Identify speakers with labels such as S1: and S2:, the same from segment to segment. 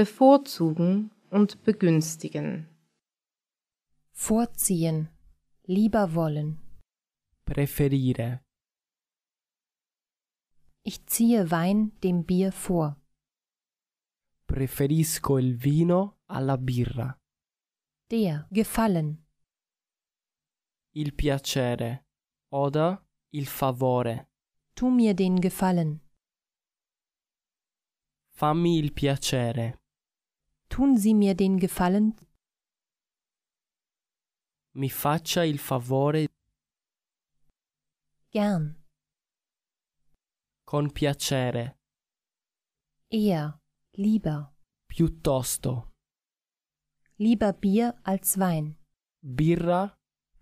S1: bevorzugen und begünstigen,
S2: vorziehen, lieber wollen.
S3: preferire,
S2: Ich ziehe Wein dem Bier vor.
S3: preferisco il vino alla birra,
S2: Der Gefallen.
S3: il piacere, oder il favore,
S2: Tu mir den Gefallen.
S3: fammi il piacere,
S2: Tun Sie mir den Gefallen.
S3: mi faccia il favore
S2: Gern.
S3: con piacere,
S2: Eher. Lieber.
S3: piuttosto,
S2: Lieber Bier als Wein.
S3: birra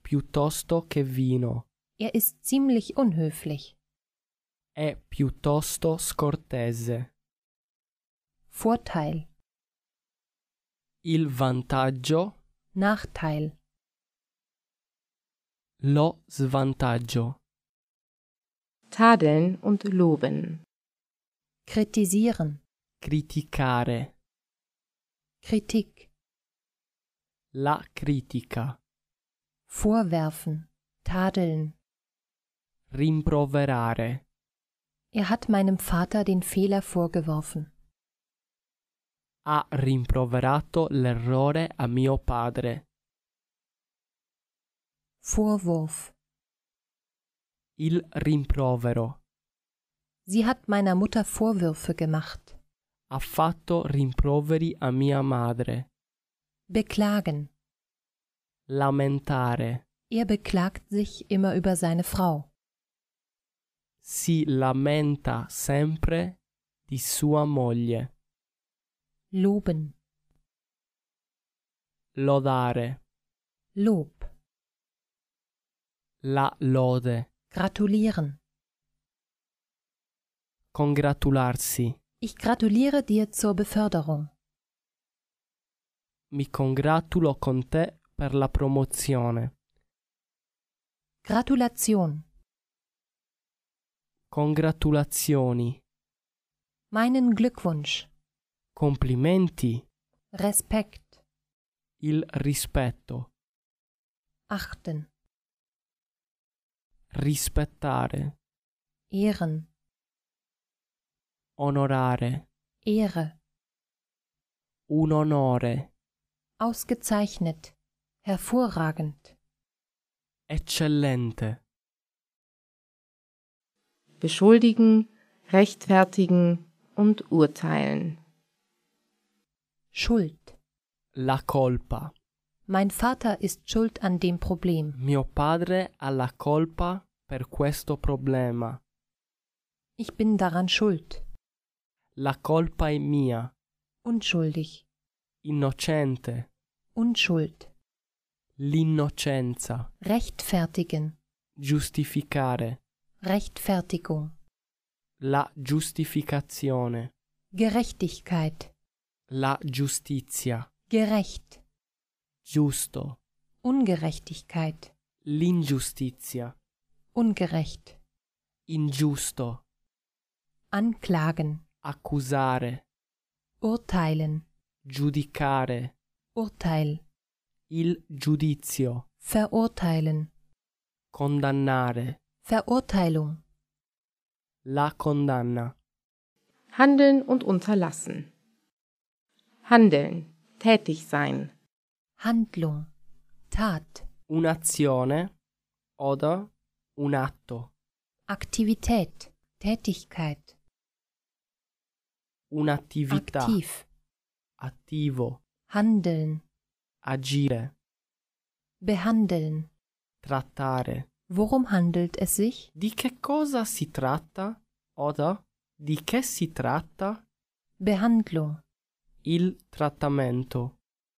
S3: piuttosto che vino,
S2: Er ist ziemlich unhöflich.
S3: è piuttosto scortese.
S2: Vorteil.
S3: Il vantaggio,
S2: Nachteil.
S3: lo svantaggio,
S1: tadeln und loben,
S2: Kritisieren.
S3: criticare,
S2: Kritik.
S3: la critica,
S2: Vorwerfen. Tadeln.
S3: rimproverare.
S2: Er hat meinem Vater den Fehler vorgeworfen.
S3: ha rimproverato l'errore a mio padre.
S2: Vorwurf.
S3: Il rimprovero.
S2: Sie hat meiner Mutter Vorwürfe gemacht.
S3: Ha fatto rimproveri a mia madre.
S2: Beklagen.
S3: Lamentare.
S2: Er beklagt sich immer über seine Frau.
S3: Si lamenta sempre di sua moglie.
S2: Loben.
S3: Lodare.
S2: Lob.
S3: La lode.
S2: Gratulieren.
S3: Congratularsi.
S2: Ich gratuliere dir zur Beförderung.
S3: Mi congratulo con te per la promozione.
S2: Gratulation.
S3: Congratulazioni.
S2: Meinen Glückwunsch.
S3: Complimenti.
S2: Respekt.
S3: Il rispetto.
S2: Achten.
S3: Rispettare.
S2: Ehren.
S3: Onorare.
S2: Ehre.
S3: un onore,
S2: Ausgezeichnet. Hervorragend.
S3: eccellente,
S1: beschuldigen, rechtfertigen und urteilen,
S2: Schuld.
S3: la colpa.
S2: Mein Vater ist schuld an dem Problem.
S3: Mio padre ha la colpa per questo problema.
S2: Ich bin daran schuld.
S3: La colpa è mia,
S2: Unschuldig.
S3: innocente,
S2: Unschuld.
S3: l'innocenza,
S2: Rechtfertigen.
S3: giustificare,
S2: Rechtfertigung.
S3: la giustificazione,
S2: Gerechtigkeit.
S3: la giustizia,
S2: Gerecht.
S3: giusto,
S2: Ungerechtigkeit.
S3: l'ingiustizia,
S2: Ungerecht.
S3: ingiusto,
S2: Anklagen.
S3: accusare,
S2: Urteilen.
S3: giudicare,
S2: Urteil.
S3: il giudizio,
S2: Verurteilen.
S3: condannare.
S2: Verurteilung.
S3: La condanna.
S1: handeln und unterlassen. Handeln, tätig sein,
S2: Handlung. Tat.
S3: Un'azione oder un atto.
S2: Aktivität. Tätigkeit.
S3: Un'attività.
S2: Aktiv.
S3: Attivo.
S2: Handeln.
S3: Agire.
S2: Behandeln.
S3: Trattare.
S2: Worum handelt es sich?
S3: Di che cosa si tratta? Oder di che si tratta?
S2: Behandlung.
S3: Il trattamento.